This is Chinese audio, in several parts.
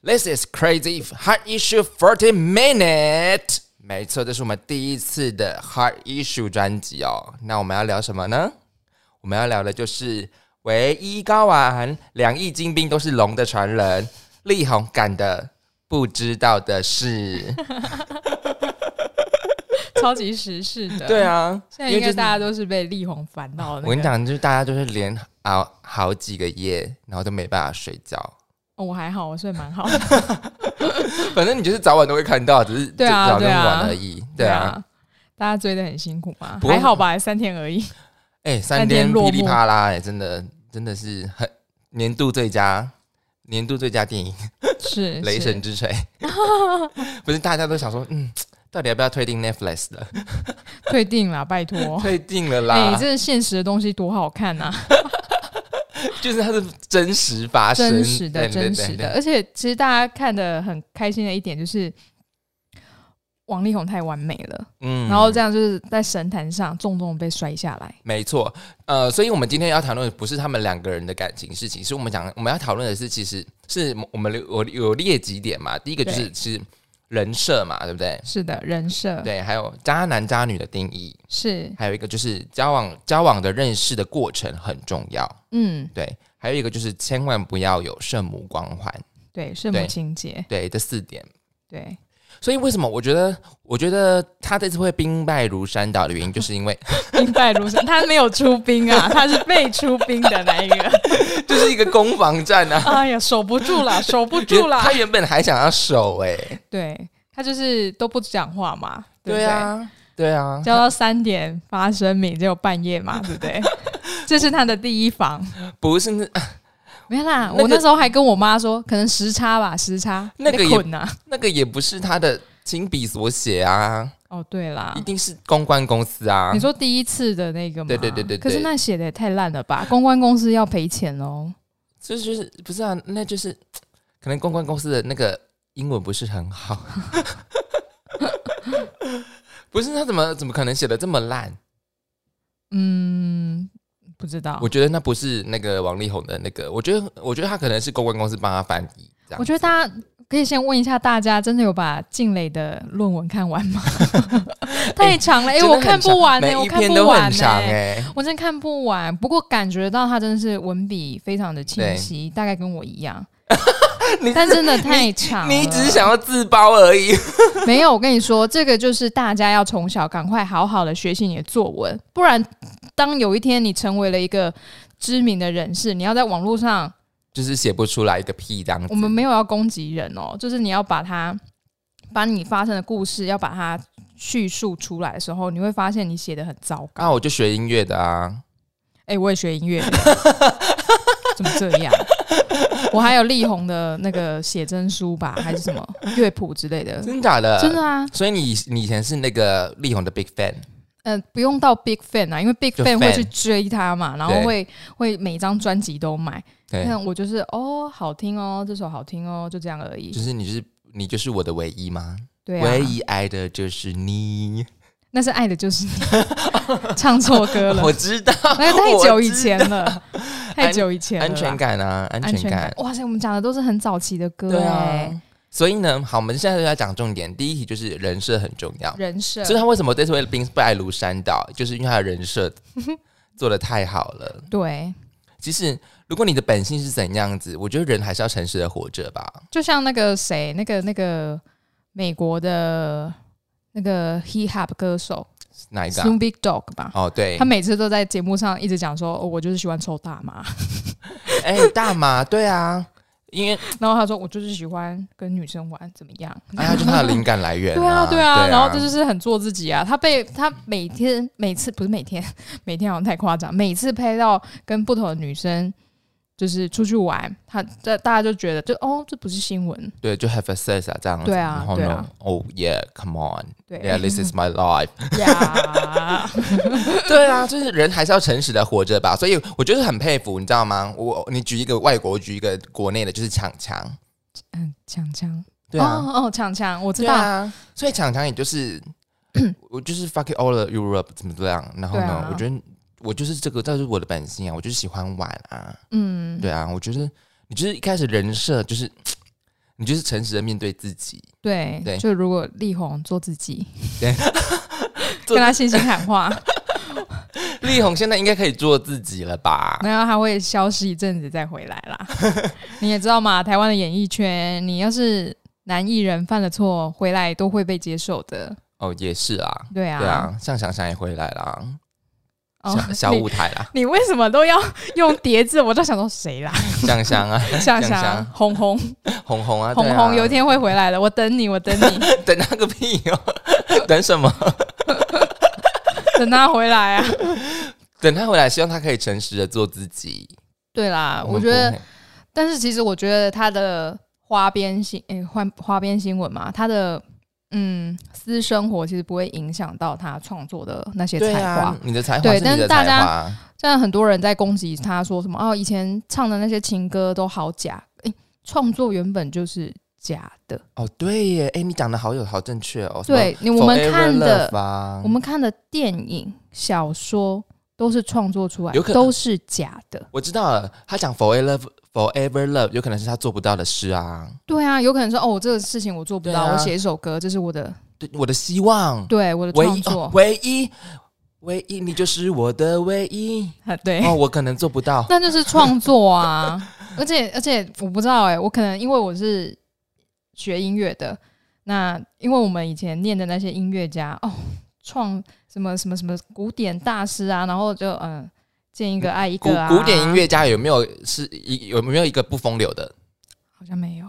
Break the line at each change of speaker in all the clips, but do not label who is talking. This is crazy hard issue forty minute。没错，这是我们第一次的 hard issue 专辑哦。那我们要聊什么呢？我们要聊的就是唯一高玩，两翼精兵都是龙的传人，力宏干的不知道的事。
超级时事的。
对，啊，
现在
因
应
为就
该
是
大家都是被力宏烦到的、那
我跟你
个，
讲，就是大家就是连熬好几个夜，然后都没办法睡觉。
哦我还好，我睡蛮好的。
反正你就是早晚都会看到，只是
对啊
早跟
对啊
晚而已。 对啊，，
大家追的很辛苦嘛，
不过
还好吧，三天而已。
哎、三
天
天
落
噼里
幕
啪啦、哎，真的真的是很年度最佳年度最佳电影
是
《雷神，之锤》，不是大家都想说，嗯，到底要不要退订 Netflix 的？
是退订了，拜托。
退订了 啦，
哦哎、这现实的东西多好看啊！
就是它是真实发生，
真实的，
啊哎对对
真
对对
实的。而且其实大家看的很开心的一点就是，王力宏太完美了，
嗯
然后这样就是在神坛上重重地被摔下来。
没错，呃，所以我们今天要讨论的不是他们两个人的感情事情，是我们讲我们要讨论的是，其实是我们有我有列几点嘛，第一个就是
对
是人设嘛，对不对？
是的，人设
对，还有渣男渣女的定义，
是
还有一个就是交往交往的认识的过程很重要，
嗯，
对，还有一个就是千万不要有圣母光环，
对，圣
对
母情节，
对，这四点。
对，
所以为什么我觉得我觉得他这次会兵败如山倒的原因，就是因为
兵败如山，他没有出兵啊，他是被出兵的那一个。
就是一个攻防战啊，
哎呀，守不住 了，守不 住了
他。原本还想要守哎、
对他就是都不讲话嘛，对
对
不对？
啊，对啊，
叫到三点发声明，结果半夜嘛，对不 对？这是他的第一防。
不是那
没啦，
那个
我那时候还跟我妈说，可能时差吧，时差
那个也
困呐、啊。
那个也不是他的亲笔所写啊，
哦，对啦
一，定是公关公司啊
你。说第一次的那个吗？
对对对对对
可是那写的也太烂了吧？公关公司要赔钱哦。
这就是不是啊？那就是可能公关公司的那个英文不是很好， 不是他怎么怎么可能写的这么烂？
嗯，不知道。
我觉得那不是那个王力宏的那个，我觉得我觉得他可能是公关公司帮他翻译这样。
我觉得大家可以先问一下大家，真的有把静蕾的论文看完 吗？太长了，哎、
真的
我
很
看不完呢、
长每
我
一
看
篇
不
都
完
很
呢、
长哎、
我真的看不完。不过感觉到他真的是文笔非常的清晰，大概跟我一样
你。
但真的太长了
你 只是想要自包而已。
没有，我跟你说，这个就是大家要从小赶快好好的学习你的作文，不然当有一天你成为了一个知名的人士，你要在网络上，
就是写不出来一个啊屁这样子。
我们没有要攻击人哦，就是你要把它把你发生的故事要把它叙述出来的时候，你会发现你写的很糟糕。
啊，我就学音乐的啊，
哎、我也学音乐的， 怎么这样？我还有力宏的那个写真书吧，还是什么乐谱之类的，
真假的？
真的啊。
所以你你以前是那个力宏的 big fan，
呃，不用到 big fan 啊，因为 big
就
fan 会
fan
去追他嘛，然后
对
会会每张专辑都买。
对，
那我就是哦，好听哦，这首好听哦，就这样而已
就。是你就是你就是我的唯一吗？
对啊，
唯一爱的就是你，
那是爱的就是你， 唱错歌了
我，知道，
那个太久以
我知
前了， 太久以前了啦。
安全感啊，安
安
全
全感
感，，
哇塞，我们讲的都是很早期的歌
对
哎，
啊。所以呢，好，我们现在就要讲重点。第一题就是人设很重要，
人设
所以他为什么这次会兵败如山倒，就是因为他的人 设做的太好了。
对，
其实，如果你的本性是怎样子，我觉得人还是要诚实的活着吧。
就像那个谁，那个那个美国的那个 hip hop 歌手
哪一个
s
啊、
n o o Big Dog 吧，
哦，对
他，每次都在节目上一直讲说、哦，我就是喜欢抽大麻，
哎、大麻，对啊，因为
然后他说我就是喜欢跟女生玩，怎么样？
哎呀，就是他的灵感来源、
对啊，
啊，
对啊，然后这
是
就是很做自己啊。他被他每天每次不是每天 每天好像太夸张，每次拍到跟不同的女生就是出去玩，他这大家就觉得就哦，这不是新闻，
对，就 have a sex 啊这样子，
对啊
然后
对
呢
啊哎
，Oh yeah，come
对
on，yeah，this is my life，
呀，
对啊，就是人还是要诚实的活着吧，所以我就是很佩服，你知道吗？我你举一个外国，我举一个国内的，就是强强，
嗯，强强，
对啊，
哦哦，强强，我知
对
道，
啊，所以强强也就是 我就是 fuck it all of Europe 怎么怎么样，然后呢，
对啊
我觉得我就是这个，这就是我的本性啊，我就是喜欢玩啊，
嗯，
对啊，我觉得你就是一开始人设就是你就是诚实的面对自己，
对，
对
就如果力宏做自己，
对做
跟他信心喊话，
力宏现在应该可以做自己了吧？
然后他会消失一阵子再回来 啦。你也知道嘛，台湾的演艺圈，你要是男艺人犯了错，回来都会被接受的。
哦，也是啊，
对啊，
对啊，像想想也回来啦，
哦
小小
你
舞台啦，
你为什么都要用叠字？我都想说谁啦？
想想啊，
想
想
想红红
红红啊，对
红
啊
红，有一天会回来的，我等你，我等你，
等那个屁哦， 等什么？
等他回来啊！
等他回来，希望他可以诚实的做自己。
对啦，啊我
们
觉得
不，会
但是其实我觉得他的花边新诶，花花边新闻嘛，他的嗯私生活其实不会影响到他创作的那些
对
才
啊
华。，
你的才华
对
是你
但是
的
大
才
家
华，
现在很多人在攻击他说什么哦，以前唱的那些情歌都好假，诶，创作原本就是假的。
哦，对耶，哎，你讲的好有好正确哦。什么
对，你我们
Forever
看的
Love 啊
我们看的电影、小说都是创作出来，
有可
都是假的。
我知道了，他讲 forever love forever love，有可能是他做不到的事啊。
对啊，有可能说哦，我这个事情我做不到，
对啊
我写一首歌，这是我的
对，我的希望，
对我的
唯
创
一、
作
哦，唯一，唯一，你就是我的唯一。
啊 对，
哦，我可能做不到。
但就是创作啊。 而且而且我不知道哎、我可能因为我是学音乐的，那因为我们以前念的那些音乐家哦，创什么什么什么古典大师啊，然后就嗯、呃见一个爱一
古
个啊，
古典音乐家有没有是一有没有一个不风流的？
好像没有。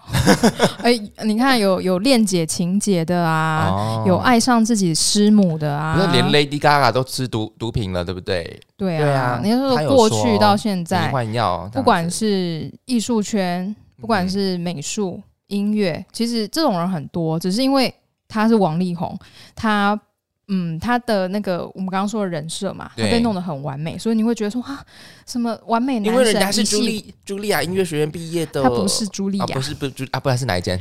哎、你看有有恋姐情节的啊，
哦
有爱上自己师母的啊，
不是连 Lady Gaga 都吃毒毒品了，对不对？
对
对啊
啊，你
他
是
有
说过
说
去到现
在
在，
换药，
不管是艺术圈，不管
嗯
是美术、音乐，其实这种人很多，只是因为他是王力宏，他。嗯，他的那个我们刚刚说的人设嘛，他
对
被弄得很完美，所以你会觉得说啊，什么完美
因
男
为
神？
人家是
一
茱
系
莉茱莉亚音乐学院毕业的，
他不是茱莉
啊，
亚
不，是不是茱啊，不然是哪一间？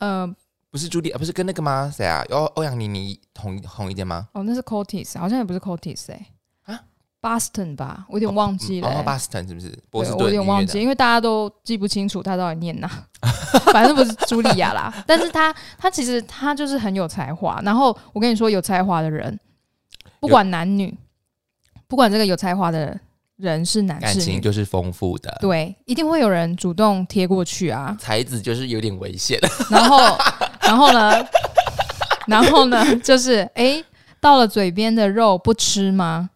呃，
不是茱莉亚，啊不是跟那个吗？谁啊？欧欧阳妮妮同一同一间吗？
哦，那是 Cotis，好像也不是 Cotis 哎、
啊哦
b o s t o n 吧，我有点忘记了、
然
欸
后巴斯坦是不是？波士
对，
顿
我有点忘记，
音乐的
因为大家都记不清楚他到底念哪， 反正不是茱莉亚啦。但是他他其实他就是很有才华。然后我跟你说，有才华的人，不管男女，不管这个有才华的人是男
感
是
情
女，
就是丰富的，。
对，一定会有人主动贴过去啊
才子就是有点危险。
然后，然后呢，然后呢，就是诶，到了嘴边的肉不吃吗？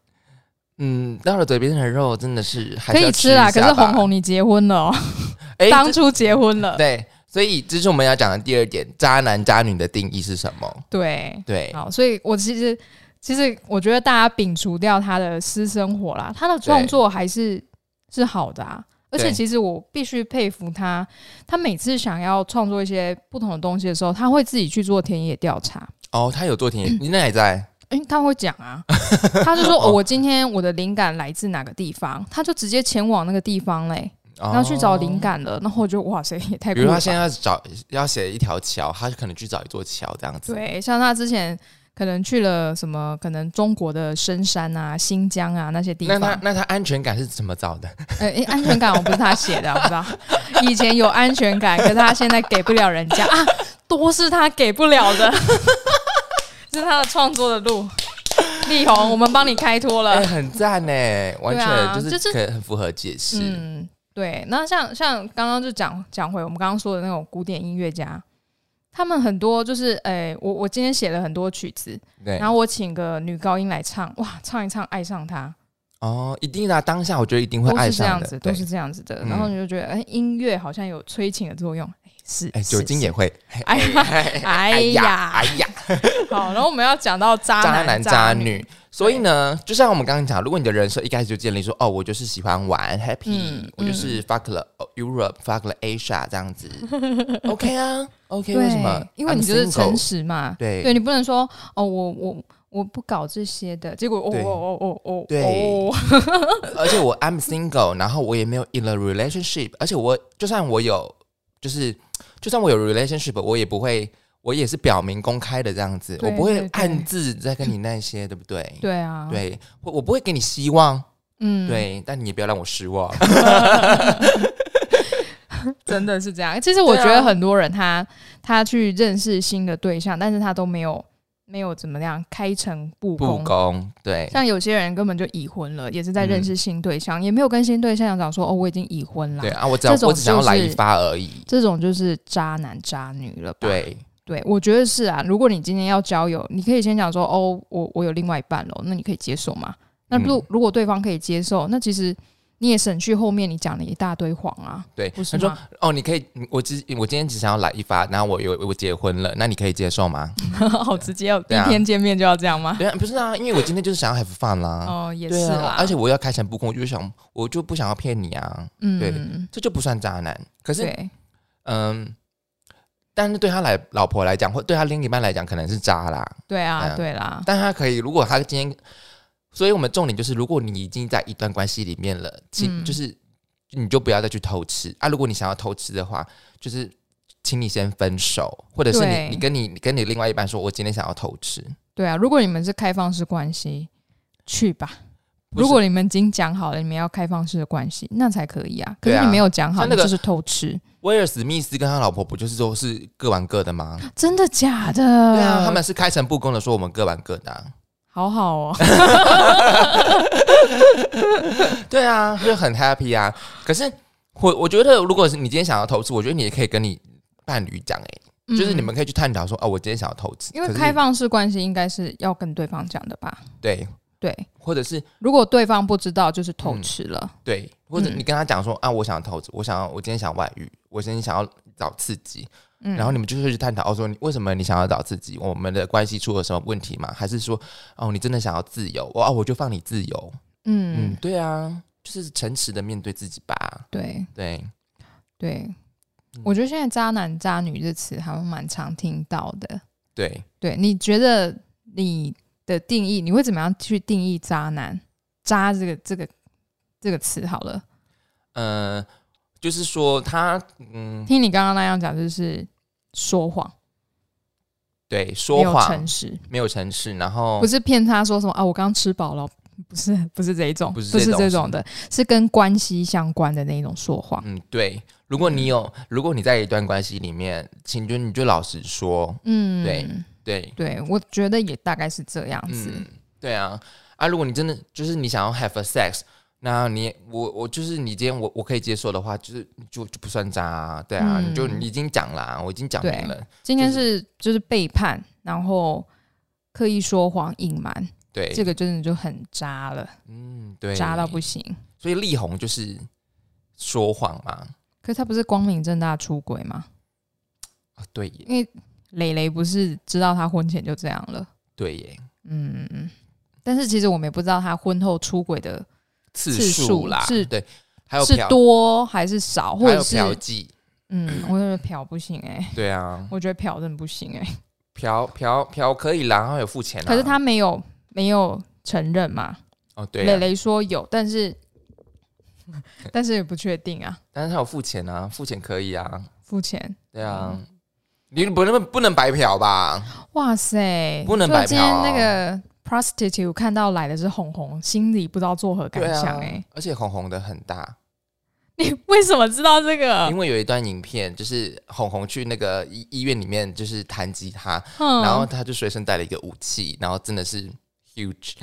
嗯，到了嘴边的肉真的是还
可
是要
以
吃
吃啦，
一下
可是
吧
红红你结婚了、哦，
哎，
当
这
初结婚了，
对，所以这是我们要讲的第二点，渣男渣女的定义是什么？
对。
对，
好，所以我其实其实我觉得大家摒除掉他的私生活啦，他的创作还是是好的啊。而且
对
其实我必须佩服他，他每次想要创作一些不同的东西的时候，他会自己去做田野调查。
哦，他有做田野，
嗯
你那也在
因为他会讲啊，他 就说、哦、我今天我的灵感来自哪个地方，他就直接前往那个地方嘞，
然
然后去找灵。感了。然后我就哇塞，也太
哦比如
酷了
他
吧！
现在要找要写一条桥，他可能去找一座桥这样子。
对，像他之前可能去了什么，可能中国的深山啊、新疆啊那些地
那
方，
他那他安全感是怎么找 的？
呃、诶安全感我不是他写的，我不知道。以前有安全感，可是他现在给不了人家啊，多是他给不了的， 这是他的创作的路。力宏，我们帮你开脱
哎、
了。
很赞呢，完
对啊
全就
就是是
可以很符合解释。
嗯，对。那像像刚刚就讲讲回我们刚刚说的那种古典音乐家，他们很多就是，诶、我我今天写了很多曲子，
对
然，后我请个女高音来唱，哇，唱一唱爱上他。
哦，一定的啊、当下我觉得一定会
都
爱
是这
上
样
的。
子，
对
都，是这样子的。
嗯
然后你就觉得，哎、音乐好像有催情的作用，哎、是，
哎、
是
酒精也，会。
是哎 呀，哎
哎呀，
呀
哎，呀，
好。然后我们要讲到渣
渣
男
男渣女。所以呢，就像我们刚刚讲，如果你的人设一开始就建立说，哦，我就是喜欢玩 happy，、
嗯
我就是 fuck 了 Europe，fuck 了 Asia 这样 子，OK 啊，OK，
对，
为什么？
因为你
I'm
就是诚
single
实嘛，
对
对你不能说哦，我我我不搞这些的，结果哦我
对
我我我我
对
我，
而且我 I'm single，然后我也没有 in a relationship，而且我就算我有，就是就算我有 relationship，我也不会，我也是表明公开的这样子，
对
我不会
对对
暗自在跟你那些，对不对？
对啊，，
对，我我不会给你希望，
嗯，
对，但你也不要让我失望。
真的是这样。其实我
对啊
觉得很多人他、他去认识新的对象，但是他都没有没有怎么样开诚布
不
公。
公，对，
像有些人根本就已婚了，也是在认
嗯
识新对象，也没有跟新对象讲说哦，我已经已婚了。
对啊，我只要
这种
我只想要
就是
来一发而已，
这种就是渣男渣女了吧？
对，
对，我觉得是啊。如果你今天要交友，你可以先讲说哦，我我有另外一半了，那你可以接受吗？那如
嗯
如果对方可以接受，那其实你也省去后面你讲了一大堆谎啊，
对，
不是
他说
吗？
哦，你可以，我只我今天只想要来一发，然后我有我结婚了，那你可以接受吗？
好直接哦，第
对
一
啊
天见面就要这样吗？
对啊，不是啊，因为我今天就是想要 have fun 啦，
哦，也
对
是
啊
啦，，
而且我要开诚布公，我就想我就不想要骗你啊，对
嗯，
这就不算渣男。可是
对，
嗯，但是对他来老婆来讲，或对他另一半来讲，可能是渣啦，
对
哎
啊，
呀
对啦，
但他可以，如果他今天，所以我们重点就是，如果你已经在一段关系里面了，请、
嗯
就是你就不要再去偷吃啊。如果你想要偷吃的话，就是请你先分手，或者是
对
你你跟你你跟你另外一半说，我今天想要偷吃。
对啊。如果你们是开放式关系，去吧。
不是
如果你们已经讲好了，你们要开放式的关系，那才可以啊。可
对
是
啊
你没有讲好，
像那个
你就是偷吃，
威尔史密斯跟他老婆不就是说是各玩各的吗？
真的假的？
对啊，他们是开诚布公的说我们各玩各的、啊。
好好哦，
对啊，就很 happy 啊。可是我我觉得，如果是你今天想要偷吃，我觉得你也可以跟你伴侣讲、欸， 就是你
嗯
们可以去探讨说，哦，我今天想要偷吃，
因为
可是嗯
开放式关系应该是要跟对方讲的吧？
对，
对，
或者是
如果对方不知道，就是偷吃了。
对，或者
嗯
你跟他讲说、啊，我想要投资，我想要，我今天想外遇，我今天想要找刺激，
嗯，
然后你们就会去探讨，哦，说你为什么你想要找刺激？我们的关系出了什么问题吗？还是说，哦，你真的想要自由？哦，哦我就放你自由。嗯，
嗯，
对啊，就是诚实的面对自己吧。
对
对，
对，
嗯
我觉得现在“渣男”“渣女”这词还蛮常听到的。
对，
对，你觉得你的定义，你会怎么样去定义“渣男”“渣”这个这个这个词？好了，
嗯、就是说他，嗯，
听你刚刚那样讲，就是说谎，
对，
没
说
有
谎哦
诚实，
没有诚实，然后
不是骗他说什么啊，我刚吃饱了， 不是不是这一种，
不
不
是
是
这种
这种的，是跟关系相关的那一种说谎。
嗯，对，如果你有，如果你在一段关系里面，请就你就老实说，
嗯，
对对，
对，我觉得也大概是这样子。
嗯，对啊，啊，如果你真的就是你想要 have a sex，那你我我就是你今天我我可以接受的话，就是你就就不算渣、啊，对啊，
嗯
你就你已经讲啦，我已经讲
对
明了，
今天是就是背叛，然后刻意说谎、隐瞒，
对，
这个真的就很渣了，
嗯对，
渣到不行。
所以力宏就是说谎嘛，
可是他不是光明正大出轨吗？
啊，对耶，
因为蕾蕾不是知道他婚前就这样了，
对耶，
嗯，但是其实我们也不知道他婚后出轨的
次
次
数
数
啦，
是
对，还有
是
嫖，
多还是少，或
还
者
有
是
嫖妓，
嗯，我觉得嫖不行哎、
对啊，
我觉得嫖真的不行哎、
嗯嫖嫖嫖可以啦，然后有付钱啊，
可是他没有没有承认嘛，
哦对
磊
啊、
磊、说有，但是 但是也不确定啊，
但是他有付钱啊，付钱可以啊，
付钱。
对啊。
嗯
你不能不能白嫖吧？
哇塞，
不能白嫖啊
就今天那个 prostitute 看到来的是红红，心里不知道作何感
对
想
啊，
哎、
而且红红的很大，
你为什么知道这个
因？为有一段影片，就是红红去那个医医院里面，就是弹吉他，
嗯
然后他就随身带了一个武器，然后真的是 huge，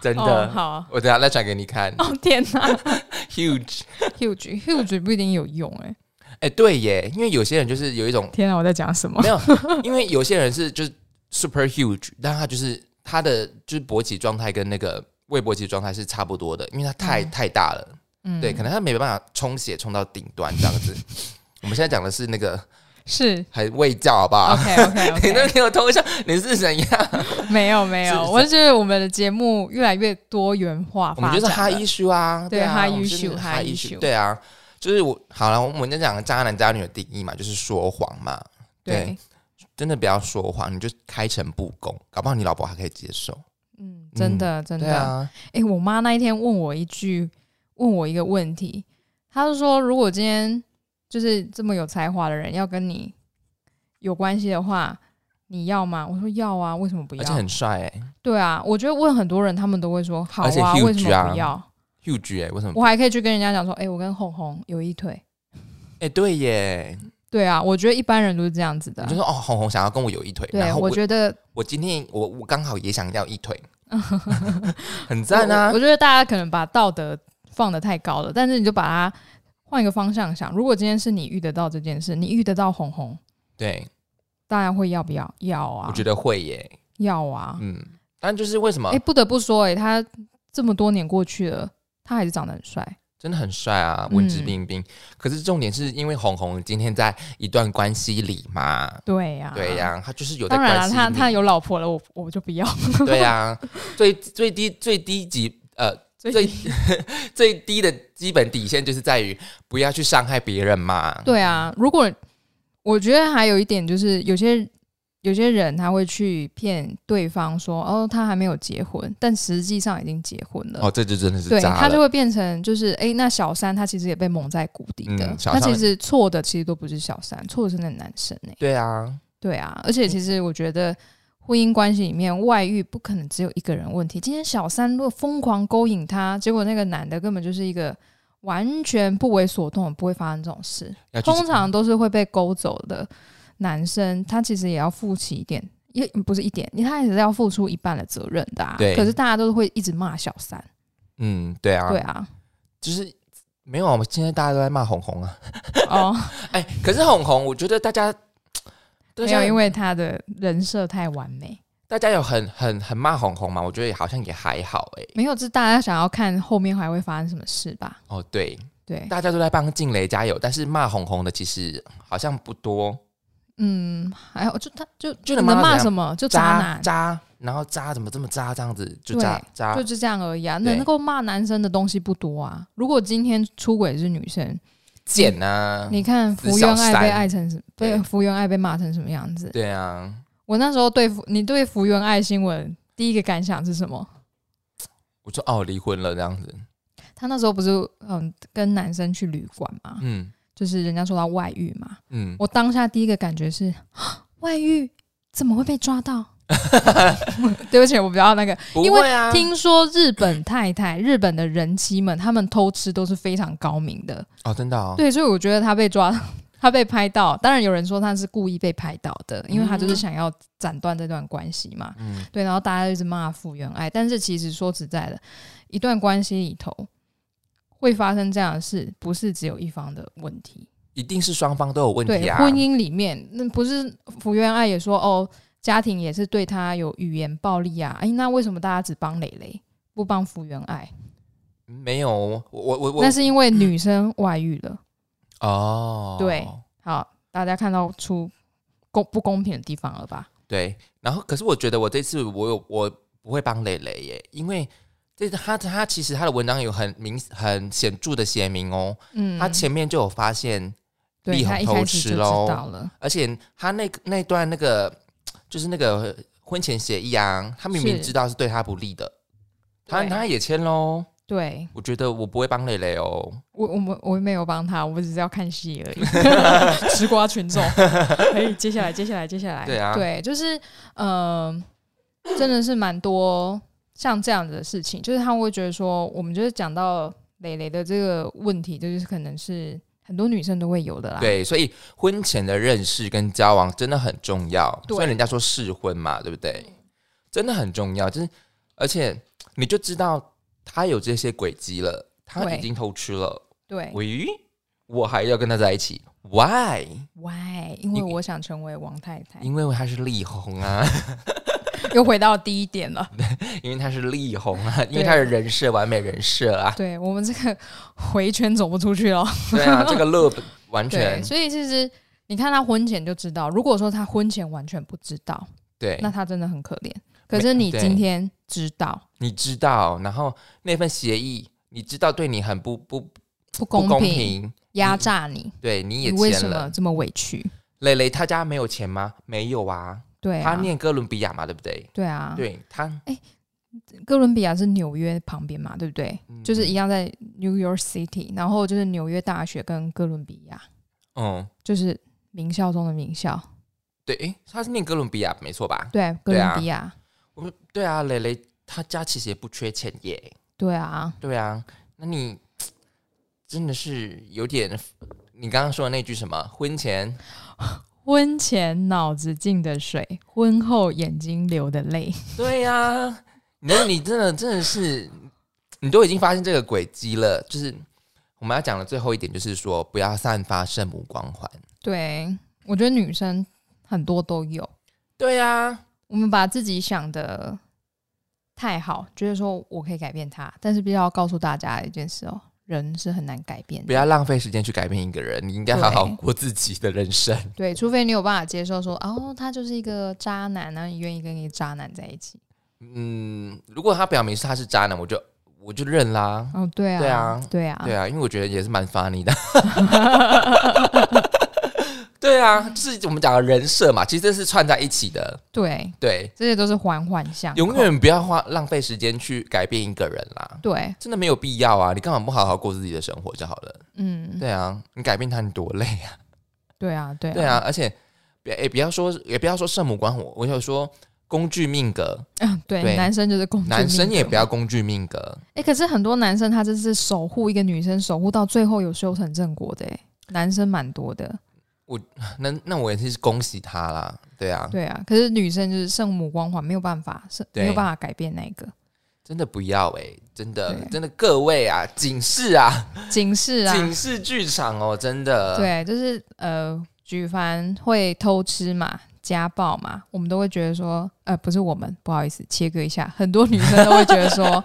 真
哦、
的，
好。
我等下再传给你看
哦天 哪
huge。
，huge huge 不一定有用哎、
哎，对耶，因为有些人就是有一种
天哪，我在讲什么
没？ 有，因为有些人是就是 super huge，但他就是他的就是勃起状态跟那个未勃起状态是差不多的，因为他太、
嗯
太大了。
嗯，
对，可能他没办法充血充到顶端这样子。 我们现在讲的是那个
是
还未教，好不好？
OK OK
你
OK，
那给我通一下，你是怎样？
没有没有，
是
我是觉得我们的节目越来越多元化
我
发展
们
了，
就是哈医修啊，
对
啊，
哈
我们
医
就是
修哈
哈
医
医
修
修，对啊，就是我好了，我们在讲渣男渣女的定义嘛，就是说谎嘛，对
对，
真的不要说谎，你就开诚布公，搞不好你老婆还可以接受。
嗯，真的真的。
对
哎、
啊，
我妈那一天问我一句，问我一个问题，她就说，如果今天就是这么有才华的人要跟你有关系的话，你要吗？我说要啊，为什么不
而且
要？
很帅哎
对啊，我觉得问很多人，他们都会说好
而且
啊，为什
huge 啊
么不要？
huge 哎、为什么？
我还可以去跟人家讲说，哎、我跟红红有一腿。
哎、对耶，
对啊，我觉得一般人都是这样子的
你
啊、
就说哦，红红想要跟我有一腿，
对
然，后
我
我
觉得
我今天我我刚好也想要一 腿，很
我
赞啊
我！我！觉得大家可能把道德放得太高了，但是你就把它换一个方向想，如果今天是你遇得到这件事，你遇得到红红，
对，
大家会要不要？要啊，
我觉得会耶，
要啊。
嗯，但就是为什么
哎、不得不说、哎，他这么多年过去了，他还是长得很帅。
真的很帅啊，
嗯
文质彬彬。可是重点是因为红红今天在一段关系里嘛，
对呀、
对、呀、他就是有在
啊当然
关
了，
系
他他
里，
有老婆了，我我就不要。
对呀、最最低最低级呃
所以
最最低的基本底线就是在于不要去伤害别人嘛。
对啊，如果我觉得还有一点就是，有些有些人他会去骗对方说，哦，他还没有结婚，但实际上已经结婚了。
哦，这就真的是
对，
渣了。
他就会变成就是，哎、那小三他其实也被蒙在鼓底的。
嗯小
那
三
其实错的其实都不是小三，错的是那男生哎、
对啊，
对啊，而且其实我觉得婚姻关系里面外遇不可能只有一个人问题。今天小三如果疯狂勾引他，结果那个男的根本就是一个完全不为所动，不会发生这种事。
要去
通常都是会被勾走的男生，他其实也要负起一点，也不是一点，他也是要付出一半的责任的、啊。
对
可是大家都会一直骂小三，
嗯，对啊，
对啊，
就是没有啊。我们现在大家都在骂红红啊，
哦，
哎、可是红红，我觉得大家大
没
家
有，因为他的人设太完美，
大家有很很很骂红红嘛，我觉得也好像也还好哎、
没有，这大家想要看后面还会发生什么事吧？
哦，对，
对，
大家都在帮静蕾加油，但是骂红红的其实好像不多，
嗯，还有就他就
就
你
能
能
骂
骂
怎样
什么？就渣
渣
男，
渣，然后渣怎么这么渣这样子，就渣渣
就，是这样而已啊。
对
能够骂男生的东西不多啊。如果今天出轨是女生，
贱啊，
你看
死
福
小
原爱被
三
爱成什，被
对
福原爱被骂成什么样子？
对啊，
我那时候对福你对福原爱新闻第一个感想是什么？
我说哦，离婚了这样子，
她那时候不是嗯跟男生去旅馆嘛，
嗯
就是人家说她外遇嘛。
嗯，
我当下第一个感觉是， 啊外遇怎么会被抓到？ 对不起，我比较那个。
不
因为
会啊，
听说日本太太、日本的人妻们，他们偷吃都是非常高明的。
哦，真的哦，
对，所以我觉得她被抓， 她被拍到。当然有人说她是故意被拍到的，因为她就是想要斩断这段关系嘛。
嗯，
对，然后大家就一直骂福原爱，但是其实说实在的，一段关系里头会发生这样的事，不是只有一方的问题。
一定是双方都有问题
对，
啊，
婚姻里面那不是福原爱也说哦，家庭也是对她有语言暴力啊，哎，那为什么大家只帮蕾蕾不帮福原爱？
没有，我我我我
那是因为女生外遇了。
哦，
对好，大家看到出公不公平的地方了吧？
对，然后可是我觉得我这次我有我不会帮蕾蕾耶，因为这他他其实他的文章有很明很显著的写明哦，
嗯，
他前面就有发现，
对
立
他
红
一
偷
开始就
吃
知
咯
道了，
而且他那个那段那个就是那个婚前协议啊，他明明
是
知道是对他不利的，他
对
他也签喽。
对
我觉得我不会帮蕾蕾哦，
我我们我没有帮他，我只是要看戏而已， 吃瓜群众。哎、接下来，接下来，接下来，
对啊
对，就是呃，真的是蛮多像这样子的事情，就是他们会觉得说，我们就是讲到蕾蕾的这个问题，就是可能是很多女生都会有的啦。，
对，所以婚前的认识跟交往真的很重要，
对
所以人家说试婚嘛，对不对？真的很重要，就是而且你就知道他有这些轨迹了，他
对
已经偷吃了，
对
喂，我还要跟他在一起，why？
，why？因为我想成为王太太，
因为他是力宏啊，
又回到第一点了。
因为他是力宏啊，因为他的人设完美人设 啊，
对我们这个回圈走不出去了。
对啊，这个 love 完
对，
全
所以其实你看他婚前就知道，如果说他婚前完全不知道，
对
那，他真的很可怜。可是你
对
今天知道
你知道，然后那份协议你知道对你很不不
不
不
公
公
平，
平，
压榨你，
对你
你
也
为
签
什
了
么。这么委屈？
蕾蕾她家没有钱吗？没有啊，
对
她
啊，
念哥伦比亚嘛，对不对？
对啊，
对她，
哥伦比亚是纽约旁边嘛，对不对？
嗯
就是一样在 New York City，然后就是纽约大学跟哥伦比亚，
嗯，
就是名校中的名校。
对，诶，她是念哥伦比亚没错吧？
对，哥
对啊
伦比亚，
我们对啊，蕾蕾她家其实也不缺钱耶，
对啊，
对啊，那你真的是有点，你刚刚说的那句什么婚前
婚前脑子进的水，婚后眼睛流的泪。
对呀、你说你真的真的是，你都已经发现这个轨迹了。就是我们要讲的最后一点，就是说不要散发圣母光环。
对，我觉得女生很多都有，
对呀、
我们把自己想的太好，觉得说我可以改变他，但是必须要告诉大家一件事哦，人是很难改变
不
的。
要浪费时间去改变一个人，你应该好好过自己的人生。
对，除非你有办法接受说，哦，他就是一个渣男，然后你愿意跟一个渣男在一起。
嗯，如果他表明是他是渣男，我就我就认啦。
哦，对啊，
对啊
对啊，
对啊，因为我觉得也是蛮 funny 的。 对啊，就是我们讲的人设嘛，其实这是串在一起的。
对
对，
这些都是环环相扣
永远不要花浪费时间去改变一个人啦，
对，
真的没有必要啊！你干嘛不好好过自己的生活就好了？
嗯，
对啊，你改变他你多累啊！
对啊，对啊，
对啊，而且别也不要说也不要说圣母光环，我有说工具命格，
啊 对
对
男生就是工具
男生
命
也
格
不要工具命格。
哎、可是很多男生他真是守护一个女生，守护到最后有修成正果的、欸，男生蛮多的。
那那我也是恭喜他啦，对啊，
对啊，可是女生就是圣母光环，没有办法，是
对
没有办法改变那个
真的不要哎、真的
对
真的各位啊，警示啊，
警示啊。
警示剧场哦，真的，
对，就是呃，举凡会偷吃嘛。家暴嘛，我们都会觉得说，呃，不是我们，不好意思，切割一下，很多女生都会觉 得说，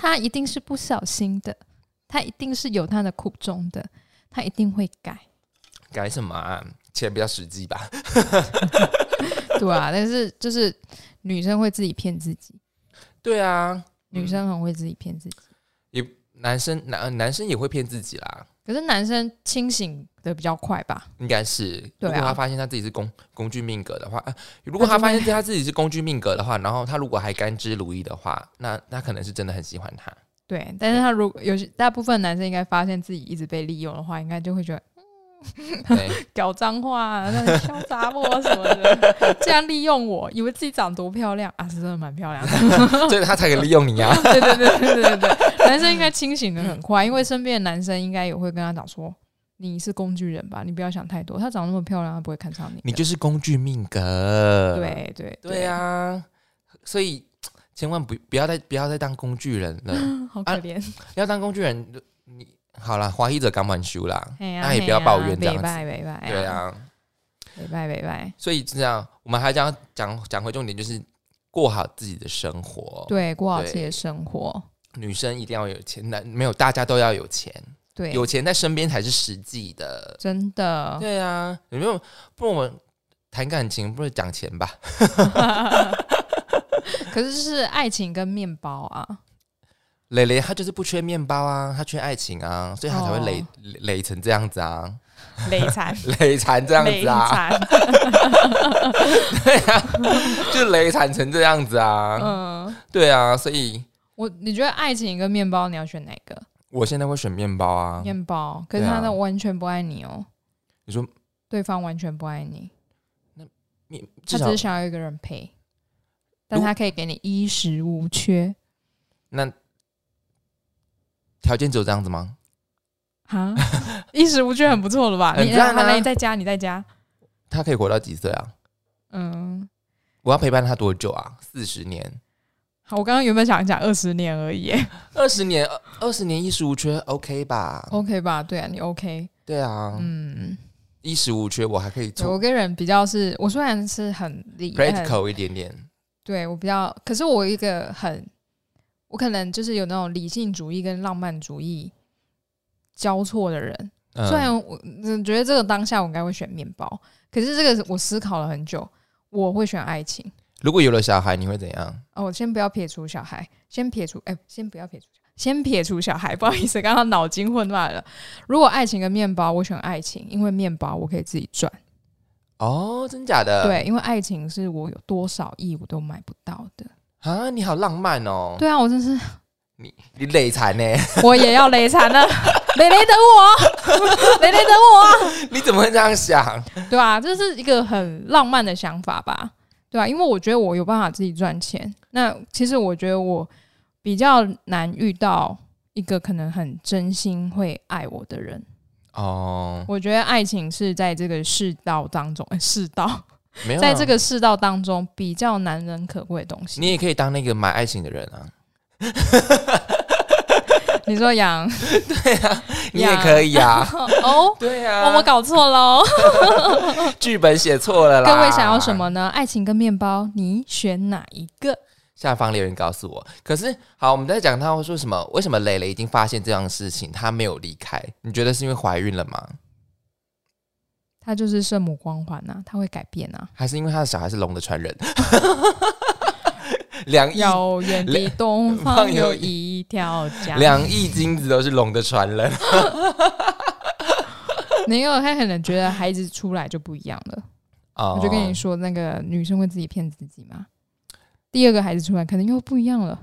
他一定是不小心的，他一定是有他的苦衷的，他一定会改。
改什么啊？钱比较实际吧，
对啊，但是就是女生会自己骗自己，
对啊，
女生很会自己骗自己。
也男生男呃男生也会骗自己啦，
可是男生清醒的比较快吧？
应该是。
对
如
啊
果他发现他自己是工工具命格的话、啊，如果他发现他自己是工具命格的话，然后他如果还甘之如饴的话，那那可能是真的很喜欢他。
对，但是他如果有些大部分男生应该发现自己一直被利用的话，应该就会觉得
对，
搞脏话、啊、让你敲砸我什么的， 这样利用我，以为自己长多漂亮啊，是真的蛮漂亮的。
所以他才可以利用你啊。
对对对对对对对，男生应该清醒的很快，因为身边的男生应该也会跟他讲说，你是工具人吧，你不要想太多，她长那么漂亮，她不会看上你的。
你就是工具命格。
对对
对，啊，所以千万不不要再不要再当工具人了，
好可怜。
要当工具人，你好啦，华裔者刚满修啦，
哎呀
那也不要抱怨这样子
拜拜拜，
对，啊。
拜拜拜拜，
所以这样，我们还讲讲讲回重点，就是过好自己的生活。
对，过好自己的生活，
女生一定要有钱，男没有，大家都要有钱，
对，哦
有钱在身边才是实际的。
真的，
对啊，有没有？不然我们谈感情，不是讲钱吧？
可是是爱情跟面包啊，
蕾蕾她就是不缺面包啊，她缺爱情啊，所以她才会累、
哦
累累成这样子啊，
累惨，
累残这样子啊，
惨，
啊就累残成这样子啊。
嗯，
对啊，所以
我你觉得爱情跟面包你要选哪个？
我现在会选面包啊。
面包，可
对
是
啊
他那完全不爱你哦，
你说
对方完全不爱你，
面至
他只
少
是想要一个人陪，但他可以给你衣食无缺
那条件只有这样子吗？
哈，衣食无缺很不错了吧？
很
你
赞啊
好那你在家，你在家，
他可以活到几岁啊？
嗯。
我要陪伴他多久啊？四十年，
好，我刚刚原本想讲二十年而已耶
二十年，呃二十年衣食无缺，OK 吧？
，OK 吧？对啊，你 OK？
对啊，
嗯，
衣食无缺，我还可以
对
从
我跟人比较是，我虽然是很厉害，很
practical 一点点。
对我比较，可是我一个很，我可能就是有那种理性主义跟浪漫主义交错的人。
嗯
虽然我嗯觉得这个当下我应该会选面包，可是这个我思考了很久，我会选爱情。
如果有了小孩，你会怎样？
哦，我先不要撇除小孩，先撇除，哎、先不要撇除小孩，先撇除小孩。不好意思，刚刚脑筋混乱了。如果爱情跟面包，我选爱情，因为面包我可以自己赚。
哦，真假的？
对，因为爱情是我有多少亿我都买不到的。
啊，你好浪漫哦！
对啊，我真是，
你你欸累残呢？
我也要累惨了。 蕾蕾等我， 蕾蕾等我。 哦
你怎么会这样想？
对啊，这是一个很浪漫的想法吧？对啊，因为我觉得我有办法自己赚钱。那其实我觉得我比较难遇到一个可能很真心会爱我的人。
哦，
我觉得爱情是在这个世道当中，呃世道
没有啊，
在这个世道当中比较难能可贵的东西。
你也可以当那个买爱情的人啊，
你 说杨
啊你也可以啊，
哦，
对啊，
我搞错喽。
剧本写错了啦。
各位想要什？么呢？爱情跟面包，你选哪一个？
下方留言告诉我。可是好，我们在讲他会说什么？为什么蕾蕾已经发现这样的事情，她没有离开？你觉得是因为怀孕了吗？
它就是圣母光环呐、它会改变啊呐、
还是因为她的小孩是龙的传 人？两亿
遥远的东
方
方
有
有一条江。
两亿金子都是龙的传人，
你有他可能觉得孩子出来就不一样了。
哦
我就跟你说，那个女生会自己骗自己嘛。第二个孩子出来，可能又不一样了。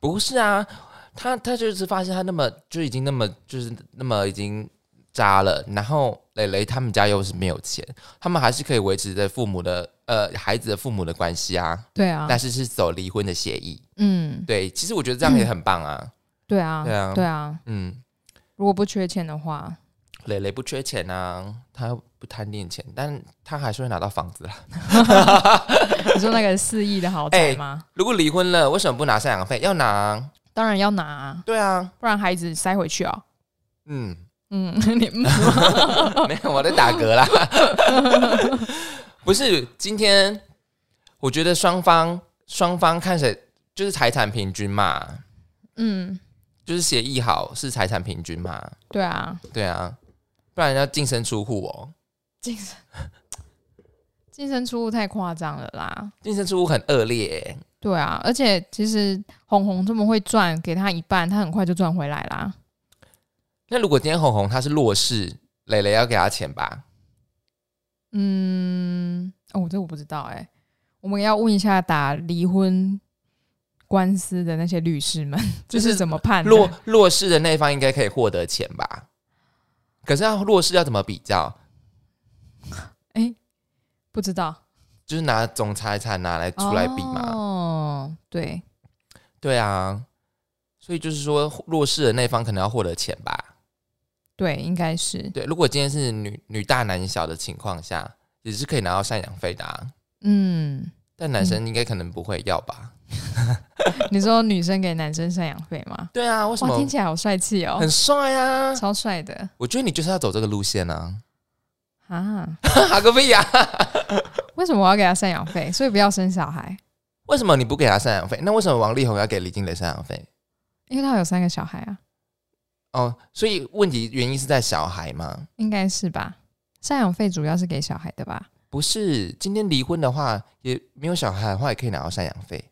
不是啊，他他就是发现他那么就已经那么就是那么已经渣了，然后蕾蕾他们家又是没有钱，他们还是可以维持着父母的呃孩子的父母的关系啊，
对啊，
但是是走离婚的协议。
嗯，
对，其实我觉得这样也很棒啊，
对啊，
对啊
对啊。
嗯，
如果不缺钱的话，
蕾蕾不缺钱啊，她不贪恋钱，但她还是会拿到房子啦。
你说那个四亿的豪
哎
宅吗？
如果离婚了，为什么不拿赡养费？要拿啊，
当然要拿、啊，
对啊，
不然孩子塞回去啊。
嗯。
嗯， 你嗯
没有，我在打嗝啦。不是，今天我觉得双方双方看起来就是财产平均嘛，
嗯，
就是协议好是财产平均嘛，
对啊，
对啊，不然要净身出户哦。
净身净身出户太夸张了啦。
净身出户很恶劣欸、
对啊，而且其实红红这么会赚，给他一半，他很快就赚回来啦。
那如果今天红红她是弱势，蕾蕾要给她钱吧？
嗯，哦，这我不知道哎、我们要问一下打离婚官司的那些律师们，
就
就是是怎么判的
弱弱势的那一方应该可以获得钱吧？可是要弱势要怎么比较？
不知道
就是拿总财产拿来出来比嘛？
哦，对，
对啊，所以就是说弱势的那方可能要获得钱吧？
对，应该是，
对，如果今天是女女大男小的情况下，也是可以拿到赡养费的、啊，
嗯，
但男生应该可能不会要吧？
你说女生给男生赡养费吗？
对啊，为什
哇，
么
听？起来好帅气哦，
很帅啊！
超帅的
我觉得你就是要走这个路线啊！
啊！
哈个屁呀！
为什么我要给他赡养费？所以不要生小孩，
为什么你不给他赡养费？那为什么王力宏要给李金磊赡养费？
因为他有三个小孩啊，
哦，所以问题原因是在小孩吗？
应该是吧？赡养费主要是给小孩的吧？
不是，今天离婚的话，也没有小孩的话，也可以拿到赡养费。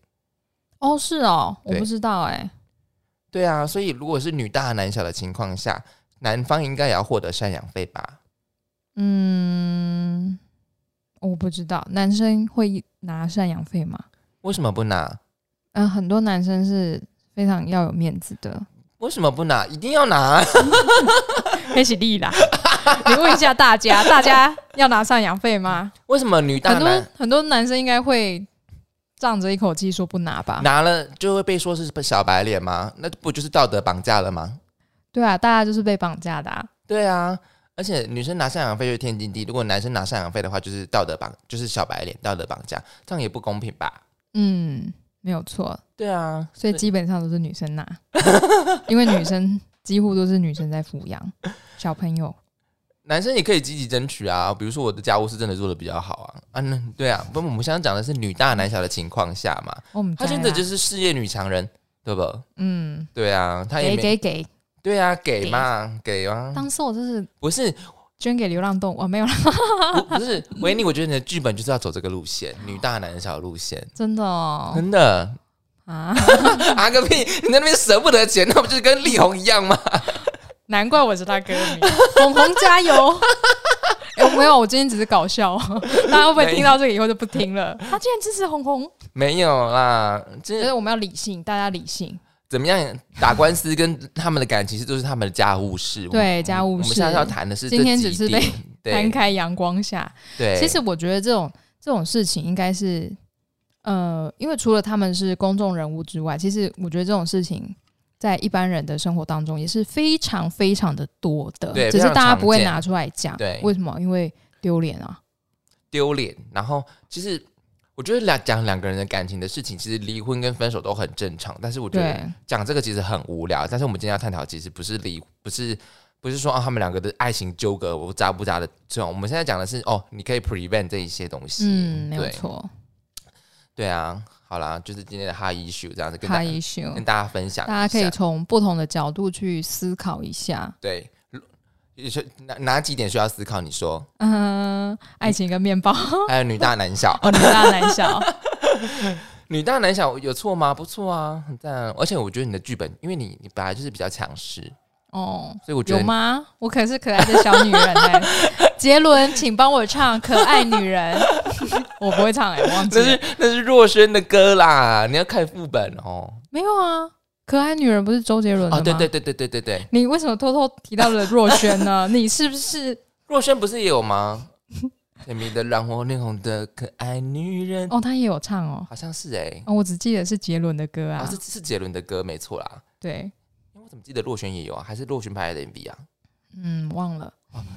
哦，是哦，我
对
不知道哎、
对啊，所以如果是女大男小的情况下，男方应该也要获得赡养费吧？
嗯，我不知道，男生会拿赡养费吗？
为什么不拿？
嗯、很多男生是非常要有面子的，
为什么不拿？一定要拿！啊
黑起力啦。 你问一下大 家，大家要拿赡养费吗？
为什么女大
很多
男
很多男生应该会仗着一口气说不拿吧？
拿了就会被说是小白脸吗？那不就是道德绑架了吗？
对啊，大家就是被绑架的、啊。
对啊，而且女生拿赡养费就是天经地义，如果男生拿赡养费的话，就是道德绑，就是小白脸，道德绑架，这样也不公平吧？
嗯，没有错，
对啊，
所以基本上都是女生拿， 因为女生几乎都是女生在抚养小朋友。哦
男生也可以积极争取啊，比如说我的家务是真的做的比较好啊，啊，那对啊，不，我们现在讲的是女大男小的情况下嘛，
我们啊
她真的就是是事业女强人，对不？
嗯，
对啊，她也
给
没
给给，
对啊，给嘛给啊，
当时我就是
不是
捐给流浪动物，哦、没有啦，
不不是维尼，我觉得你的剧本就是要走这个路线，女大男小路线，
真的哦
真的
啊，
啊个屁！你在那边舍不得钱，那不就是跟力宏一样吗？
难怪我是他歌迷， 红红加油！ 哎、没有，我今天只是 搞笑，大家会不会听到这个以后就不听了？他竟然支持红红，
没有啦，
觉
这
得我们要理性，大家理性，
怎么样打官司跟他们的感情是都是他们的家务事，我们
对家
我
务
们
事
现在要谈的是这
今天
几
只是
点
被
对
摊开阳光下，
对，
其实我觉得这种这种事情应该是呃，因为除了他们是公众人物之外，其实我觉得这种事情在一般人的生活当中也是非常非常的多的，
对
只
非
是
常
大家
常
不会
见
拿出来讲。
对
为什么？因为丢脸啊。
丢脸。然后其实我觉得两讲两个人的感情的事情，其实离婚跟分手都很正常。但是我觉得
对
讲这个其实很无聊。但是我们今天要探讨，其实不是离，不是不是说啊他们两个的爱情纠葛，我渣不渣的这种。我们现在讲的是哦，你可以 prevent 这一些东西。
嗯，没有
对
错。
对啊，好啦，就是今天的 high issue 这样子跟大
他
家
一秀，
跟大家分享一下，
大家可以从不同的角度去思考一下。
对。也是哪哪几点需要思考？你说，
嗯，爱情跟 面包，
还有女大男小，
哦，女大男小，
女大男小有错吗？不错啊，很赞、啊。而且我觉得你的剧本，因为你你本来就是比较强势，
哦。
所以我觉
有
得
吗？我可是可爱的小 女人哎、杰伦，请帮我唱《可爱 女人》，我不会唱哎、我忘记
那
了。
是那是若轩的歌啦，你要看副本哦。
没有啊，可爱女人不是周杰伦的吗？
哦，对对，对对对对对，
你为什么偷偷提到了若瑄 呢？你是不是？
若轩不是也有吗？ 甜蜜的让我脸红的可爱女人，
哦，她也有唱哦。
好像是哎、
哦，我只记得是杰伦的歌
好
啊。
啊是是杰伦的歌没错啦。
对，
因为我怎么记得若轩也有啊？还是若轩拍的 MV 啊？
嗯，忘了，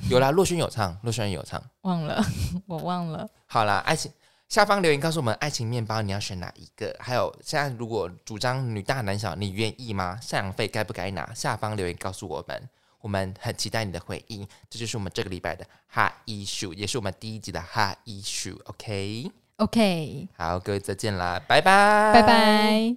有啦，若轩有唱，若轩有唱。
忘了， 我忘了。
好啦，爱情下方留言告诉我们爱情面包你要选哪一个？还有现在如果主张女大男小，你愿意吗？赡养费该不该拿？下方留言告诉我们，我们很期待你的回应。这就是我们这个礼拜的哈艺术，也是我们第一集的哈艺术。OK，
OK，
好，各位再见啦，拜拜，
拜拜。